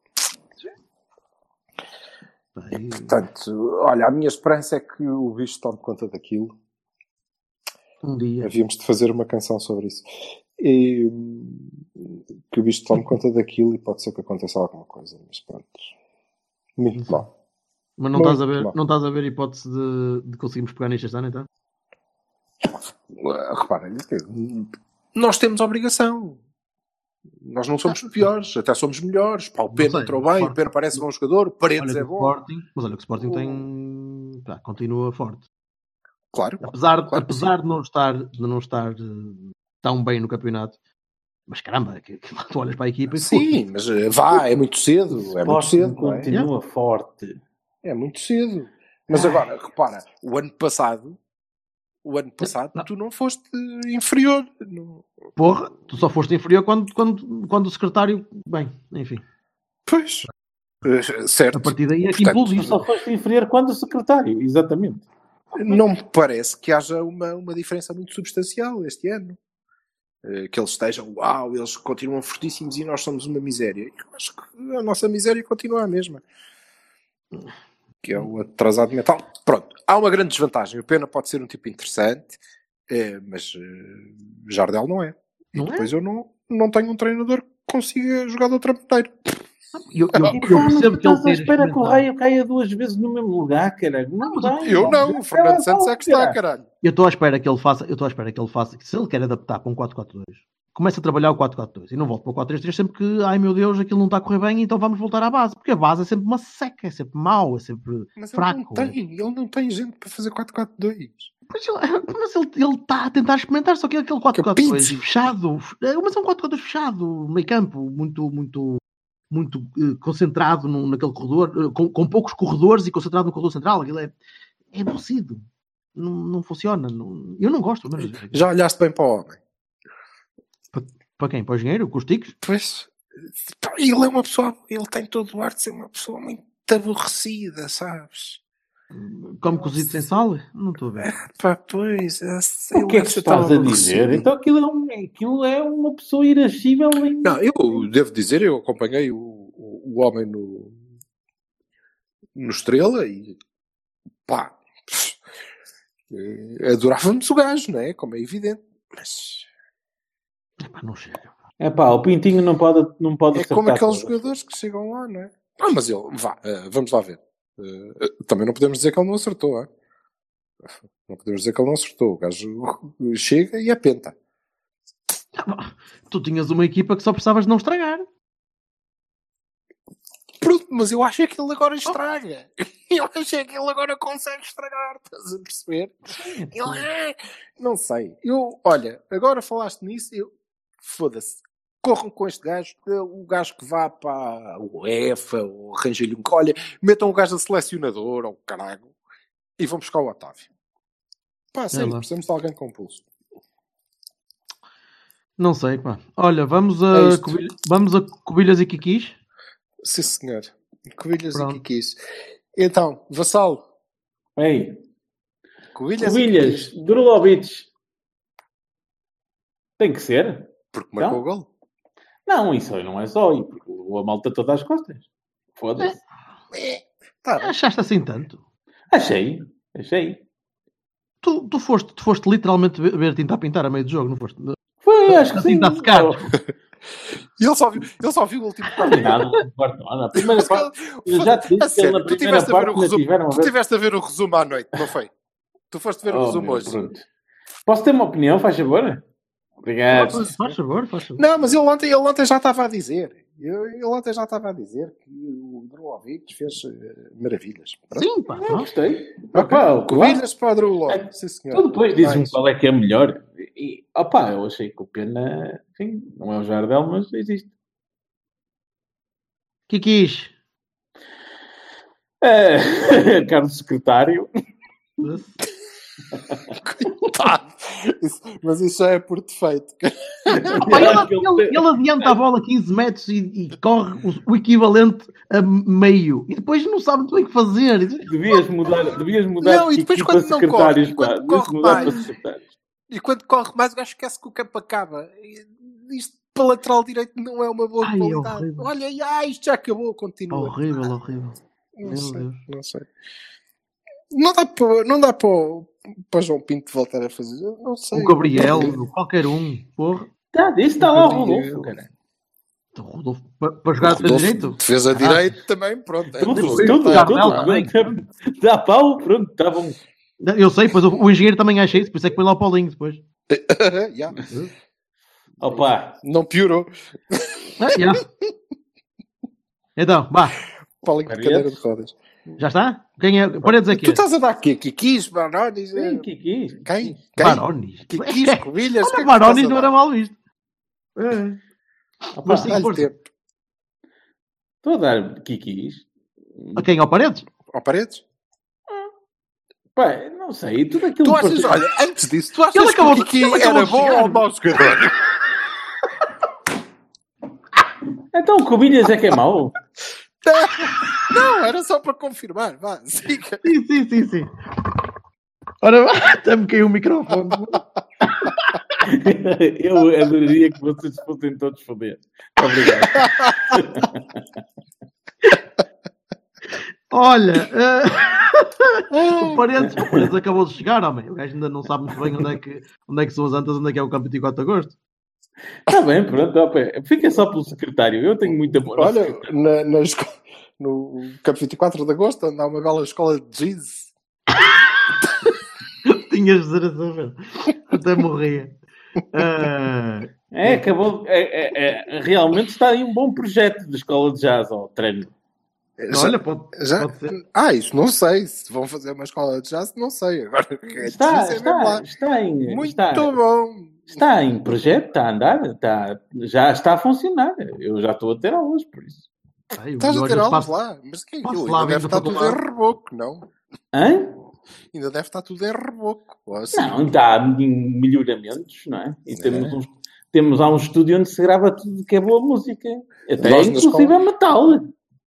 D: Bem,
B: Portanto, olha, a minha esperança é que o bicho tome conta daquilo.
D: Um dia.
B: Havíamos de fazer uma canção sobre isso. E, hum, que o bicho tome conta daquilo e pode ser que aconteça alguma coisa, mas pronto. Muito mal.
D: Mas não
B: Muito
D: estás, a ver,
B: mal.
D: não estás a ver hipótese de, de conseguirmos pegar nisto este ano, então?
B: Ah, Repara, nós temos obrigação. Nós não somos piores, até somos melhores. Pá, o
D: Não
B: Pedro
D: sei,
B: entrou bem, o
D: Sporting.
B: Pedro parece um bom jogador, o
D: Olha
B: Paredes
D: que
B: é
D: o
B: bom.
D: Sporting, mas olha que o Sporting tem. pá, continua forte.
B: Claro,
D: Apesar,
B: Claro que
D: apesar de, não estar, de não estar eh, tão bem no campeonato, mas caramba, que, que lá tu olhas para a equipa e
B: sim, mas eh, vá, é muito cedo. É muito cedo, não é?
F: continua forte.
B: É muito cedo. Mas agora, repara, o ano passado, o ano passado, tu não foste inferior. Não-
D: porra, tu só foste inferior quando, quando, quando o secretário. Bem, enfim,
B: Pois. Eh,
D: a
B: Certo.
D: partir daí é que
B: Portanto,
D: impulso
C: Tu
D: isto.
C: só foste inferior quando o secretário, exatamente.
B: Não me parece que haja uma, uma diferença muito substancial este ano. Eh, Que eles estejam, uau, eles continuam fortíssimos e nós somos uma miséria. Eu acho que a nossa miséria continua a mesma. Que é o atrasado mental. Pronto, há uma grande desvantagem. O Pena pode ser um tipo interessante, eh, mas eh, Jardel não é. E
D: Não é?
B: depois eu não, não tenho um treinador que consiga jogar de outra maneira.
D: Eu, eu- eu
C: Pá, mas tu
D: percebo que ele
C: estás à
D: tem.
C: espera que o raio caia duas vezes no mesmo lugar, caralho. Não, vai,
B: Eu
C: pá.
B: não, o Fernando Santos é que está, caralho.
D: Eu estou à espera que ele faça, eu estou à espera que ele faça, que se ele quer adaptar para um 4-4-2, comece a trabalhar o 4-4-2 e não volte para o 4-3-3 sempre que, ai meu Deus, aquilo não está a correr bem, então vamos voltar à base, porque a base é sempre uma seca, é sempre mau, é sempre
B: Mas ele
D: fraco.
C: né?
B: não tem, ele não tem gente para fazer 4-4-2.
D: Mas ele mas ele- ele está a tentar experimentar, só que é aquele 4-4-2
B: Capizzi.
D: fechado. é, Mas é um 4-4-2 fechado, meio campo, muito, muito, muito eh, concentrado num- naquele corredor, eh, com, com poucos corredores e concentrado no corredor central. Aquilo é, é aborrecido. Não, não funciona. não- eu não gosto, mas eh,
B: Já olhaste bem para o homem?
D: para quem? Para o engenheiro? Com os tiques?
B: Pois, pá, ele é uma pessoa, ele tem todo o ar de ser uma pessoa muito aborrecida, sabes?
D: Como cozido sem sal? Não estou a ver.
B: Pá, pois, é,
C: O que é que tu estás a dizer? Então aquilo é, um, aquilo é uma pessoa irascível em...
B: Não, eu devo dizer, eu acompanhei o, o, o homem no, no Estrela e pá, eh, adorávamos o gajo, não é? Como é evidente. Mas
D: Epá, não chega.
C: É pá, o Pintinho não pode, não pode
B: é como
C: acertar
B: aqueles
C: todas.
B: jogadores que chegam lá, não é? Ah, mas ele, vá, eh, vamos lá ver. Eh, eh, também não podemos dizer que ele não acertou, é? Não podemos dizer que ele não acertou. O gajo chega e é penta.
D: Tu tinhas uma equipa que só precisavas de não estragar.
B: Pronto, mas eu acho é que ele agora estraga. Eu acho é que ele agora consegue estragar, estás a perceber? Ele é- Não sei. Eu, olha, agora falaste nisso, eu foda-se. Corram com este gajo, que o gajo que vá para o UEFA, ou arranja-lhe um. Olha, metam o gajo a selecionador, ou caralho, e vão buscar o Otávio. Pá, sério,
D: É lá.
B: precisamos de alguém com pulso.
D: Não sei, pá. Olha, vamos a,
B: É isto.
D: Cobil- vamos a Cobilhas e Kikis.
B: Sim, senhor. Covilhas é
D: Pronto.
B: e Kikis. Então, Vassalo,
C: Ei,
B: Covilhas, é e
C: Covilhas,
B: Kikis.
C: Drulovic. Tem que ser?
B: Porque
C: Tá.
B: marcou o gol.
C: Não, isso aí não é só. E porque levou a malta toda às costas. Foda-se.
B: Tá, bem.
D: Achaste assim tanto?
B: É.
C: Achei, achei.
D: Tu, tu, foste, tu foste literalmente ver- ver tinta a pintar a meio do jogo, não foste?
B: Assim
C: Foi, acho que sim.
D: Tinta a secar.
B: E ele só viu, ele só viu o último quarto.
C: Combinado, não importa nada. A primeira parte, eu já te disse
B: A
C: que ele
B: sério,
C: na
B: tu
C: primeira
B: tiveste a ver
C: parte
B: o
C: ainda
B: resumo.
C: tiveram a
B: Tu
C: ver.
B: tiveste a ver o resumo à noite, não foi? Tu foste ver o
C: Oh,
B: resumo
C: meu,
B: hoje.
C: pronto. Posso ter uma opinião, faz favor? Obrigado.
D: Faz faz favor, faz favor.
B: Não, mas ele ontem, ele ontem já estava a dizer. Eu- Ele ontem já estava a dizer que o Drulovic fez eh, maravilhas.
D: Sim, pá.
C: Eu
D: não.
C: gostei. Opa, o que vale.
B: Covilhas para o
D: É,
B: Drulovic, sim senhor.
C: Tu depois dizes-me
D: um
B: Mais.
C: qual é que é melhor. E, opa, eu achei que o Pena, enfim, não é o Jardel, mas existe.
D: Kikis.
C: É, Carlos Secretário.
B: Tá. Isso- Mas isso já é por defeito.
D: Pá,
C: Eu acho que
D: ele,
C: ele
D: ele-
C: tem-
D: ele adianta a bola 15 metros e, e corre o, o equivalente a meio. E depois não sabe muito bem o que fazer. E tu-
C: Devias mudar, devias mudar
B: Não, e depois
C: aqui
B: quando
C: para
B: não
C: secretários,
B: corre,
C: pá.
B: quando
C: Devias
B: corre
C: mudar
B: mais.
C: para secretários.
B: E quando corre mais, o gajo esquece que o campo acaba. E Isto para lateral direito não é uma boa
D: Ai,
B: qualidade.
D: horrível.
B: Olha, e, ah, isto já acabou, continua.
D: Horrível, horrível.
B: Não
D: Meu
B: sei,
D: Deus.
B: não sei. Não dá para, não dá para, o- para João Pinto voltar a fazer. eu Não sei.
D: O Gabriel, qualquer um. Porra.
C: Tá, isso está lá o Rodolfo, cara.
D: O Rodolfo, para, para jogar de é direito? Ah.
B: Defesa direito também, pronto. É
C: Tudo,
B: tudo.
C: tudo, tudo.
D: Jardel também.
C: tudo. Dá pau, pronto, tá estavam.
D: Eu sei, pois o, o engenheiro também acha isso, por isso é que põe lá o Paulinho depois.
B: Já,
C: Opa,
B: Não piorou.
D: Ah, já. Então, vá.
B: Paulinho de
C: Maria?
B: cadeira de rodas.
D: Já está? Quem é? Paredes aqui.
B: Tu estás a dar aqui, Kikis, Barones.
C: sim, que que é isto?
B: Quem? Quem?
D: Barones.
B: Kikis, Covilhas. é
D: Olha, Barones Ah, não era mal visto. É.
C: Opa,
D: Mas sim,
B: Dá-lhe
D: força.
B: tempo.
C: Estou a dar é kikis.
D: A quem? Ao Paredes?
B: Ao paredes?
C: Pá, não sei, tudo aquilo
B: Tu
C: que
B: achas,
C: parecia-
B: olha, antes disso, tu achas
D: Ele
B: que
D: acabou
B: o
D: de-
B: Kiki
D: ele acabou
B: era
D: de
B: bom
D: chegar.
B: ou mau jogador?
C: Então o Cobilhas é que é mau.
B: Não, era só para confirmar. Vá, siga.
D: Sim, sim, sim, sim. Ora, até me caiu o microfone.
C: Eu adoraria que vocês fossem todos foder. Obrigado.
D: Olha, eh, o, Paredes, o Paredes acabou de chegar, homem. O gajo ainda não sabe muito bem onde é que, onde é que são as antas, onde é que é o campo de 24 de agosto.
C: Está Tá bem, pronto. opa, Fica só pelo secretário. Eu tenho muito amor. ao
B: Olha,
C: secretário.
B: na, na esco- no Campo 24 de Agosto, onde há uma bela escola de jeans.
D: Tinhas de dizer essa vez. Até morria. Ah,
C: É, acabou. é, é, é, realmente está aí um bom projeto de escola de jazz ao treino.
B: Eh, Já-
D: Olha, pode,
B: já-
D: pode ser.
B: Ah, isso não sei. Se vão fazer uma escola de jazz, não sei. Agora, o que é
C: Está,
B: dizer, mesmo
C: está,
B: lá.
C: está em.
B: Muito
C: está,
B: bom.
C: está em projeto, está a andar, está, já está a funcionar. Eu já estou a ter aulas, por isso.
D: Ai, o
B: Estás a
D: Jorge
B: ter aulas
D: passa-
B: lá? Mas o que é
D: passo
B: aquilo?
D: lá,
B: Ainda deve
D: vim
B: estar
D: da
B: tudo em
D: faculdade.
B: reboco, não?
C: Hã?
B: Ainda deve estar tudo em reboco. ou assim.
C: Não, ainda há melhoramentos, não é? E
B: É.
C: temos, uns, temos há um estúdio onde se grava tudo que é boa música. Até
B: Nós na
C: inclusive
B: escola-
C: a metal.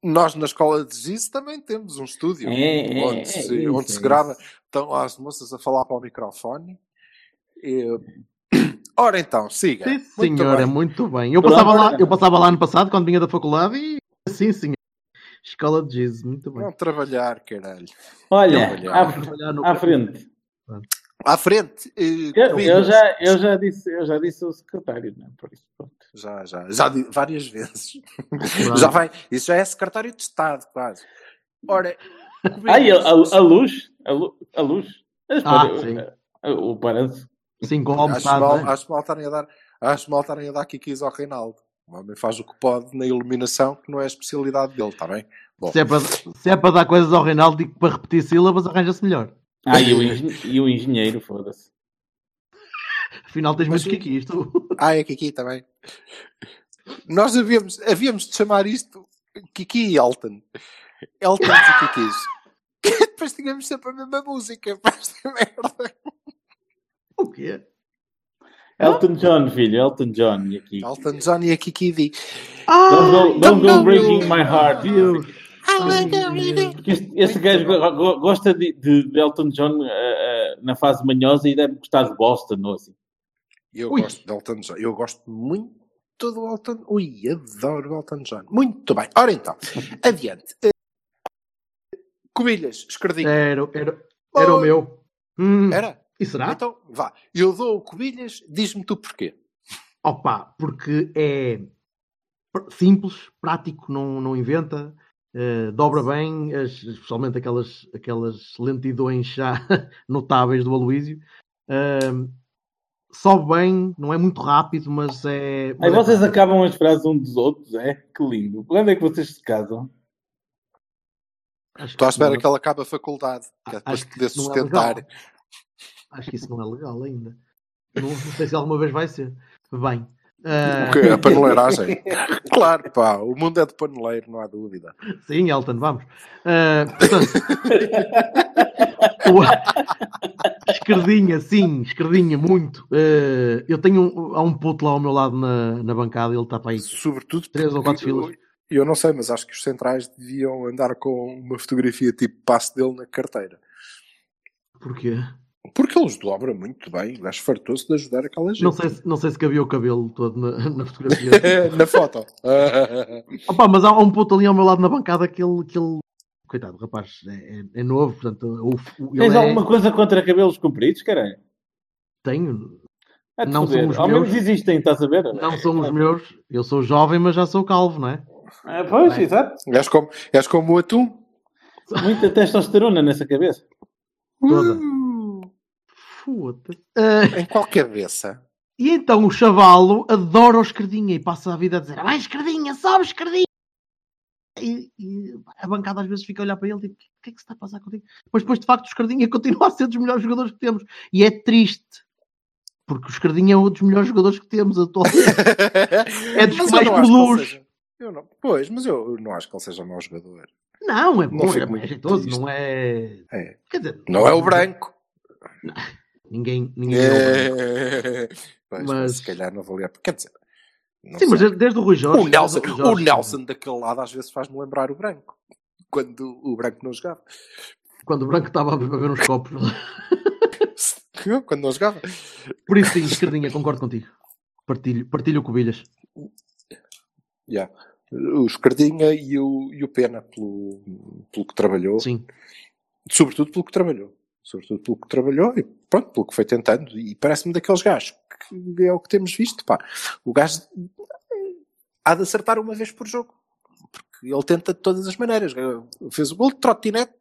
B: Nós na escola de giz também temos um estúdio
C: É, é,
B: onde,
C: é
B: se,
C: isso,
B: onde
C: é
B: se grava. Estão lá as moças a falar para o microfone. E... Ora então, siga.
D: Sim,
B: Muito
D: senhora,
B: bem.
D: muito bem. Eu
C: Pelo
D: passava,
C: amor
D: lá,
C: de
D: eu
C: Deus.
D: passava lá ano passado, quando vinha da faculdade, e sim, senhor. Escola de Jesus, muito bem.
B: Vão trabalhar, caralho.
C: Olha,
B: Olha,
C: à,
D: Trabalhar no-
C: à frente.
B: À frente. eh,
C: Eu, eu
B: comidas.
C: já, eu, já disse, eu já disse ao secretário, não é? Por isso, pronto.
B: Já, já, já di- várias vezes.
C: Ah.
D: Pronto.
B: Já vai, isso já é secretário de Estado, quase. Ora,
C: Ai, Ah, a, a- a luz, a, lu- a luz. As
D: Ah,
C: pare-
D: sim.
C: a- o Paranço.
D: Sim, com a
B: acho
D: metade,
B: mal,
D: né?
B: acho mal estarem a dar, acho mal estarem a dar kikis ao Reinaldo. O homem faz o que pode na iluminação, que não é a especialidade dele, está bem? Bom,
D: se, é para, se é para dar coisas ao Reinaldo e para repetir sílabas, arranja-se melhor.
C: Ah, e o, engen- e o engenheiro, foda-se.
D: Afinal, tens
B: Mas
D: muito que isto.
B: ah, é Kiki também. Nós havíamos, havíamos de chamar isto Kiki e Elton. Elton e Kikis. Que depois tínhamos sempre a mesma música para esta merda.
D: O quê? Ah.
C: Elton John, filho, Elton John. E aqui.
B: Elton John e a Kiki D.
C: Don't
D: Ah,
C: go, don't go
B: Don't go
C: breaking my heart.
D: Deus.
C: Porque este, este gajo go- go- gosta de, de- de Elton John eh, eh, na fase manhosa e deve gostar de Boston ou assim.
B: Eu
D: Ui.
B: gosto de Elton John. Eu gosto muito do Elton. Ui, adoro o Elton John. Muito bem. Ora então, adiante. Eh, Cobilhas, escredinho.
D: Era, era, era o meu. Hum,
B: Era?
D: E será?
B: Então, vá. Eu dou o Cobilhas, diz-me tu porquê.
D: Opa, porque é pr- simples, prático, não, não inventa, eh, dobra bem, as- especialmente aquelas, aquelas lentidões já notáveis do Aloísio. Ahm, sobe bem, não é muito rápido, mas é.
C: Aí
D: mas é
C: vocês
D: prático.
C: acabam as frases um dos outros, é? Que lindo. Quando é que vocês se casam?
D: Acho
B: Estou à
D: isso não
B: espera
D: é-
B: que ele acabe a faculdade. Que é depois
D: acho
B: de
D: que
B: poder
D: isso não é
B: sustentar.
D: legal. Acho que isso não é legal ainda. Não, não sei se alguma vez vai ser. Bem. ah,
B: O quê? A paneleiragem? claro, pá. O mundo é de paneleiro, não há dúvida.
D: Sim, Elton, vamos. Ah, portanto, o- esquerdinha, sim, esquerdinha, muito. Ah, eu tenho um, há um puto lá ao meu lado na, na bancada, ele está para aí
B: Sobretudo
D: É três ou quatro
B: porque eu-
D: filas.
B: Eu não sei, mas acho que os centrais deviam andar com uma fotografia tipo passe dele na carteira.
D: Porquê?
B: Porque eles dobram muito bem. O gajo fartou-se de ajudar aquela gente.
D: Não sei, se- não sei se cabia o cabelo todo na, na fotografia.
B: Na foto.
D: Opa, mas há há um puto ali ao meu lado na bancada que ele. Que ele... Coitado, o rapaz, é, é- é novo, portanto, o- o- ele
C: Tens
D: é-
C: alguma coisa contra cabelos compridos, caralho?
D: tenho,
C: É de
D: Não
C: foder.
D: são os
C: Ao menos
D: meus.
C: existem, estás a ver? é?
D: não são os meus, eu sou jovem, mas já sou calvo, não é?
C: Ah, pois, exato.
B: és, como, és como o atum.
C: Muita testosterona nessa cabeça.
D: Toda.
B: Uh,
D: Foda-se. Ah,
B: em qual cabeça?
D: E então o chavalo adora o esquerdinha e passa a vida a dizer: "Ah, vai esquerdinha, sobe esquerdinha. E, e a bancada às vezes fica a olhar para ele tipo: o que é que se está a passar contigo? Mas depois, de facto, o esquerdinha continua a ser dos melhores jogadores que temos. E é triste, porque o esquerdinha é um dos melhores jogadores que temos atualmente. É dos
B: Mas eu
D: que mais
B: não acho que ele
D: produz.
B: seja- eu não- pois, mas eu eu não acho que ele seja mau jogador.
D: Não, é bom,
B: fico
D: é, bom, é
B: muito
D: jeitoso,
B: triste.
D: não é.
B: É.
D: Quer dizer,
B: Não é o branco.
D: Ninguém, ninguém é o branco.
B: É. Pois, mas...
D: Mas-
B: Se calhar não valia. Quer dizer. não
D: Sim, mas
B: sei.
D: desde o Rui Jorge.
B: o Nelson,
D: desde
B: o
D: Jorge-
B: Nelson daquele lado às vezes faz-me lembrar o branco. Quando o branco não jogava.
D: Quando o branco estava a beber uns copos.
B: Quando não jogava.
D: Por isso, sim, esquerdinha, concordo contigo. Partilho, partilho com o Bilhas.
B: Yeah. O Escardinha e o, e o Pena, pelo, pelo que trabalhou,
D: Sim.
B: sobretudo pelo que trabalhou, sobretudo pelo que trabalhou e pronto, pelo que foi tentando. E parece-me daqueles gajos que é o que temos visto, pá. O gajo eh, há de acertar uma vez por jogo, porque ele tenta de todas as maneiras. Fez o gol de trotinete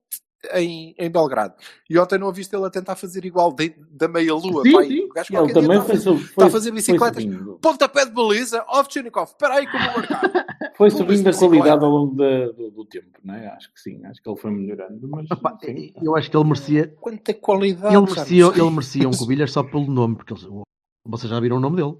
B: em, em Belgrado. E ontem não a viste ele a tentar fazer igual de- da meia-lua.
D: Sim,
B: pá, e
D: sim.
B: o gajo
C: Ele
B: qualquer dia
C: também
B: tá a
C: foi,
B: fazer-
C: sub-
B: tá a
C: foi,
B: fazer
C: foi
B: bicicletas.
C: subindo.
B: Pontapé de baliza, Ovchinikov, espera aí que eu vou marcar.
C: Foi
B: Pulo
C: subindo
B: de
C: a qualidade
B: bicicleta.
C: ao longo da- do, do tempo, não é? Acho que sim, acho que ele foi melhorando. Mas,
D: Epá,
C: sim.
D: eu acho que ele merecia,
B: Quanta qualidade,
D: ele merecia,
B: Carlos.
D: ele merecia um Covilhas só pelo nome, porque eles- vocês já viram o nome dele.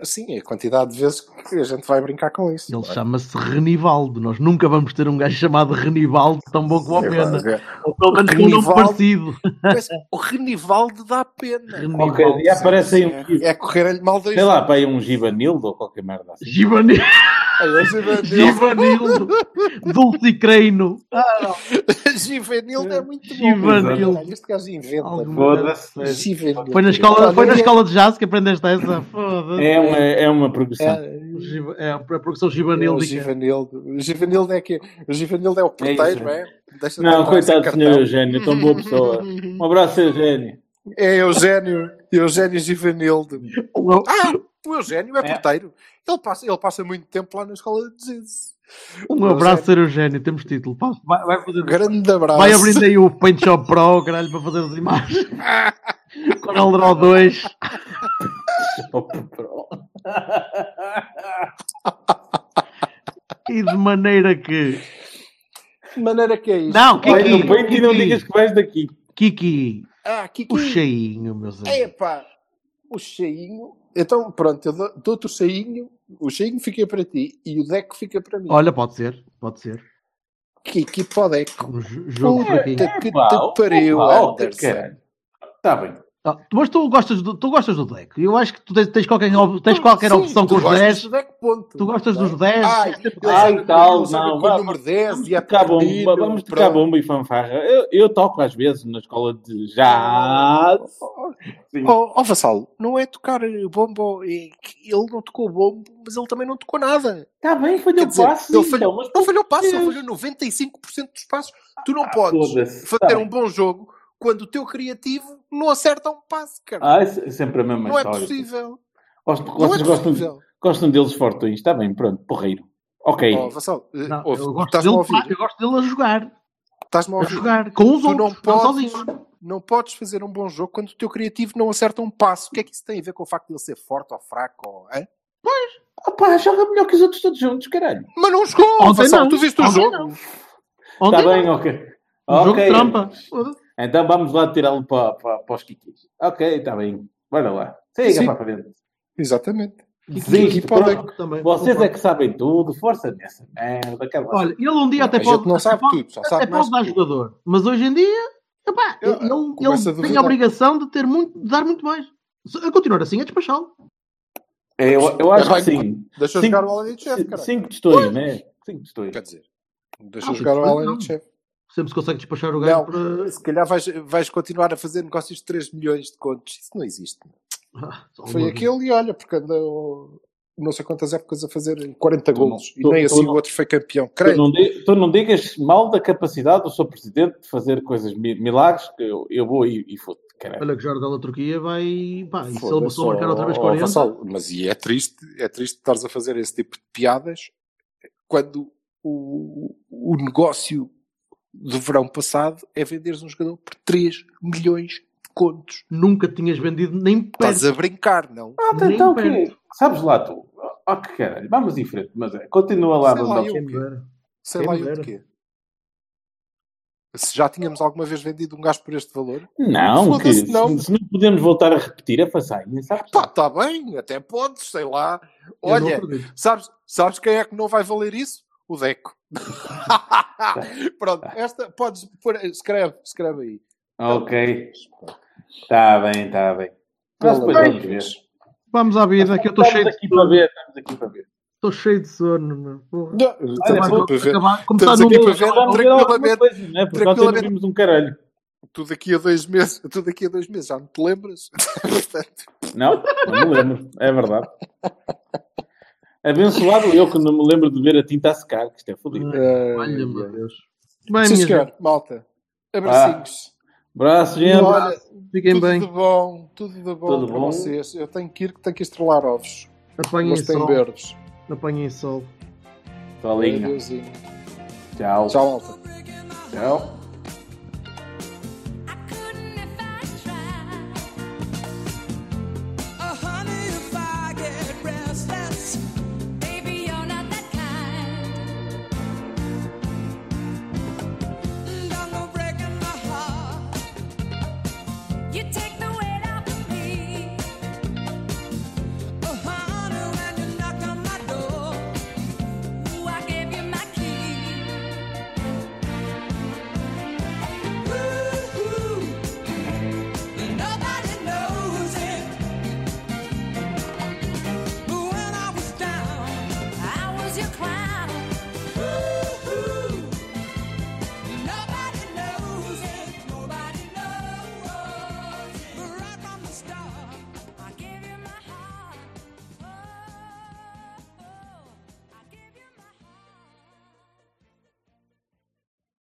E: Assim, é a quantidade de vezes que a gente vai brincar com isso.
D: Ele
E: não é?
D: chama-se Renivaldo. Nós nunca vamos ter um gajo chamado Renivaldo tão bom como o
E: É, pá,
D: Pena. é.
E: é-
D: Ou pelo menos com um nome
B: Renivaldo.
D: parecido.
B: Mas o Renivaldo dá pena.
D: Renivaldo.
C: Qualquer dia aparece aí um.
B: É, é correr-lhe mal dois
C: Sei lá, para aí um Givanildo ou qualquer merda assim.
D: Givanildo.
B: anos.
D: Givanildo. Dulcicreino.
B: Givanildo é muito
D: Givanildo.
B: bom. Caralho, Este gajo inventa.
D: Alguma-
C: Foda-se.
B: Givanildo.
D: Foi na, escola,
B: Olha,
D: foi na
B: é-
D: escola de jazz que aprendeste essa? Foda-se.
C: É uma, é uma progressão.
B: É,
D: O Giva- É a produção
B: é o
D: givanildica.
B: Givanildo. O Givanildo é que o Givanildo é o porteiro,
C: É
B: é? Deixa de
C: Não,
B: entrar sem
C: coitado do
B: cartão.
C: senhor Eugênio, tão boa pessoa. Um abraço, Eugênio.
B: É Eugénio, Eugénio Givanildo.
D: O-
B: Ah, o Eugénio é
C: É.
B: porteiro. Ele passa, ele passa muito tempo lá na escola de Jesus.
D: Um
B: é.
D: abraço, Sr. Eugênio. Temos título. Pá, Vai, vai fazer-
B: Grande abraço.
D: vai abrindo aí o Paint Shop Pro, caralho, para fazer as imagens. Coral Draw 2. E de maneira que.
B: De maneira que é isto.
D: Não,
C: Vai no
D: Kiki.
C: peito e não digas
D: Kiki,
C: que vais daqui.
D: Kiki.
B: Ah, Kiki.
D: O cheinho, meus
C: Uhum.
D: amigos.
B: Epá, o cheinho. Então, pronto, eu dou- dou-te o cheinho. O cheinho fica para ti e o deco fica para mim.
D: Olha, pode ser. Pode ser.
B: Kiki para o deco.
D: Um jo- jogo fraquinho.
B: Puta que te pariu, Anderson.
C: Está Tá bem.
D: Ah, tu- mas tu gostas do, tu gostas do deck. Eu acho que tu tens, tens qualquer, op- tens qualquer
B: Sim,
D: opção
B: tu
D: com os
B: gostas
D: 10.
B: do deco, ponto.
D: Tu gostas dos 10.
B: Ai,
C: Ai,
B: ai
C: tal,
B: tal, não.
C: não,
B: Com o
C: vá,
B: número 10 e a
C: Tocar bomba,
B: Pepino,
C: vamos tocar
B: pronto.
C: bomba e fanfarra. Eu, eu toco às vezes na escola de jazz.
B: Ó oh, Vassalo, não é tocar eh, bombo. é que Ele não tocou bombo, mas ele também não tocou nada.
C: Está Tá bem,
B: Quer
C: falhou o
B: dizer,
C: passo.
B: ele
C: então,
B: falhou,
C: mas
B: Não falhou passo, ele
C: Deus.
B: falhou 95% dos passos. Tu não podes
C: foda-se,
B: fazer
C: tá
B: um bom jogo quando o teu criativo não acerta um passo, cara.
C: Ah, é sempre a mesma
B: não é
C: história.
B: possível.
C: Gosto-
B: Não é
C: Vocês gostam, de-
B: possível.
C: gostam deles fortuins. Está bem, pronto, porreiro. Ok.
B: Ó, Vassalo, eh,
D: Não,
B: ouve,
D: eu, gosto
B: estás-me a
D: dele, um
B: ouvir?
D: eu gosto dele a jogar.
B: Estás-me a
D: A
B: ouvir?
D: jogar. Com os
B: Tu
D: outros.
B: não
D: Não,
B: podes,
D: sozinho.
B: não podes fazer um bom jogo quando o teu criativo não acerta um passo. O que é que isso tem a ver com o facto de ele ser forte ou fraco? Ou, hã?
C: Opa, joga melhor que os outros todos juntos, caralho.
B: Mas não jogou!
D: Ontem
B: Vassalo,
D: não.
B: tu viste o
D: Ontem
B: jogo?
D: Ontem
C: Está
D: não.
C: Tá bem, ok.
D: é? Um jogo de
C: Ok.
D: trampa. Foda-se.
C: Então vamos lá tirá-lo para, para, para os Kikis. Ok, está bem. Bora lá. Siga
B: Sim.
C: para a frente.
B: Exatamente.
C: Desiste,
B: Kiki para o
C: pronto.
D: Deco também.
C: Vocês
D: Concordo.
C: é que sabem tudo, força nessa merda. é acabas.
D: Olha, ele um dia
B: Não,
D: até
B: a
D: pode.
B: gente não
D: até
B: sabe
D: pode-
B: tudo, só
D: até
B: sabe mais
D: pode dar
B: que tu.
D: jogador. Mas hoje em dia. Epá,
B: Eu-
D: ele, ele
B: começo a
D: tem
B: duvidar.
D: a obrigação de ter muito, de dar muito mais. Se- A continuar assim, é despachá-lo.
C: É, eu, eu acho que
B: Vai-
C: sim.
B: Deixa eu
C: Cinco-
B: jogar o Alien Chef,
C: Ci-
B: caralho.
C: Cinco tostões, não é? Cinco tostões.
B: Quer dizer, deixa
D: Ah,
B: eu jogar o
D: pois
B: Alien
D: não.
B: Chef.
D: Sempre se consegue despachar o
B: Não,
D: gajo para.
B: se calhar vais, vais continuar a fazer negócios de 3 milhões de contos. Isso não existe.
D: Ah, só uma
B: Foi
D: vez.
B: aquele e olha, porque andou não sei quantas épocas a fazer 40
C: Tu não-
B: gols e
C: tu-
B: nem
C: tu
B: assim
C: não-
B: o outro foi campeão.
C: Tu
B: Creio.
C: não, di- tu não digas mal da capacidade do seu presidente de fazer coisas mi- milagres, que eu, eu vou e, e foto. Caralho.
D: Olha que Jordão da Turquia vai. Pá, e se ele
B: Foda-se,
D: passou a marcar outra vez
B: ó, ó,
D: 40.
B: Vassal, mas e é triste, é triste estares a fazer esse tipo de piadas quando o, o negócio do verão passado é venderes um jogador por 3 milhões de contos.
D: nunca tinhas vendido nem
B: Estás
D: perto.
B: a brincar, não?
C: Ah,
D: nem
C: então,
D: perto.
C: que, sabes lá tu. Ah, que caralho. Vamos em frente. Mas é, continua lá.
B: Sei
C: mas
B: lá,
C: não-
B: eu-
D: Quem me dera.
B: Sei
D: Quem
B: lá
D: me
B: eu de
D: dera.
B: quê. Se já tínhamos alguma vez vendido um gajo por este valor,
C: Não, que,
B: Foda-se,
C: se-
B: não.
C: Se, não podemos voltar a repetir é a façanha, sabes?
B: pá, tá bem, até podes, sei lá.
D: Eu não
B: Olha,
D: acredito.
B: sabes, sabes quem é que não vai valer isso? O Deco. Pronto, esta podes pôr, escreve, escreve aí.
C: Ok. Está bem, está bem. Nós depois
B: Bem, é
C: vamos ver.
D: Vamos à vida, que eu estou cheio,
C: Estamos
D: de-
C: aqui para ver. Estamos aqui para ver.
D: estou cheio de sono. meu. Porra.
B: Não,
C: Olha,
B: estamos
C: vou-
B: aqui para ver.
D: Acabar- começar
B: Estamos
D: no
B: aqui para
D: novo.
B: ver
C: Vamos ver alguma
B: tranquilamente.
C: coisa, não é? Porque nós ainda não
B: Tranquilamente.
C: vimos um caralho.
B: Tu daqui a dois meses, tu daqui a dois meses já não te lembras? Portanto,
C: Não, não me lembro, é verdade. Abençoado eu que não me lembro de ver a tinta a secar, que isto é fodido.
D: Olha, meu Deus. Bem,
B: Eh, É, Sim,
D: minha
B: senhor, malta. Abracinhos.
C: Braço, gente.
B: Olha,
D: gente, fiquem
B: tudo
D: bem.
B: de bom, tudo de bom
C: Tudo
B: para
C: bom.
B: vocês. Eu tenho que ir que tenho que estrelar ovos.
D: Apanhem
B: Mas tem
D: sol.
B: verdes.
D: Apanhem sol.
C: Tolinho.
B: Adeusinho.
C: Tchau.
B: Tchau, malta.
C: Tchau.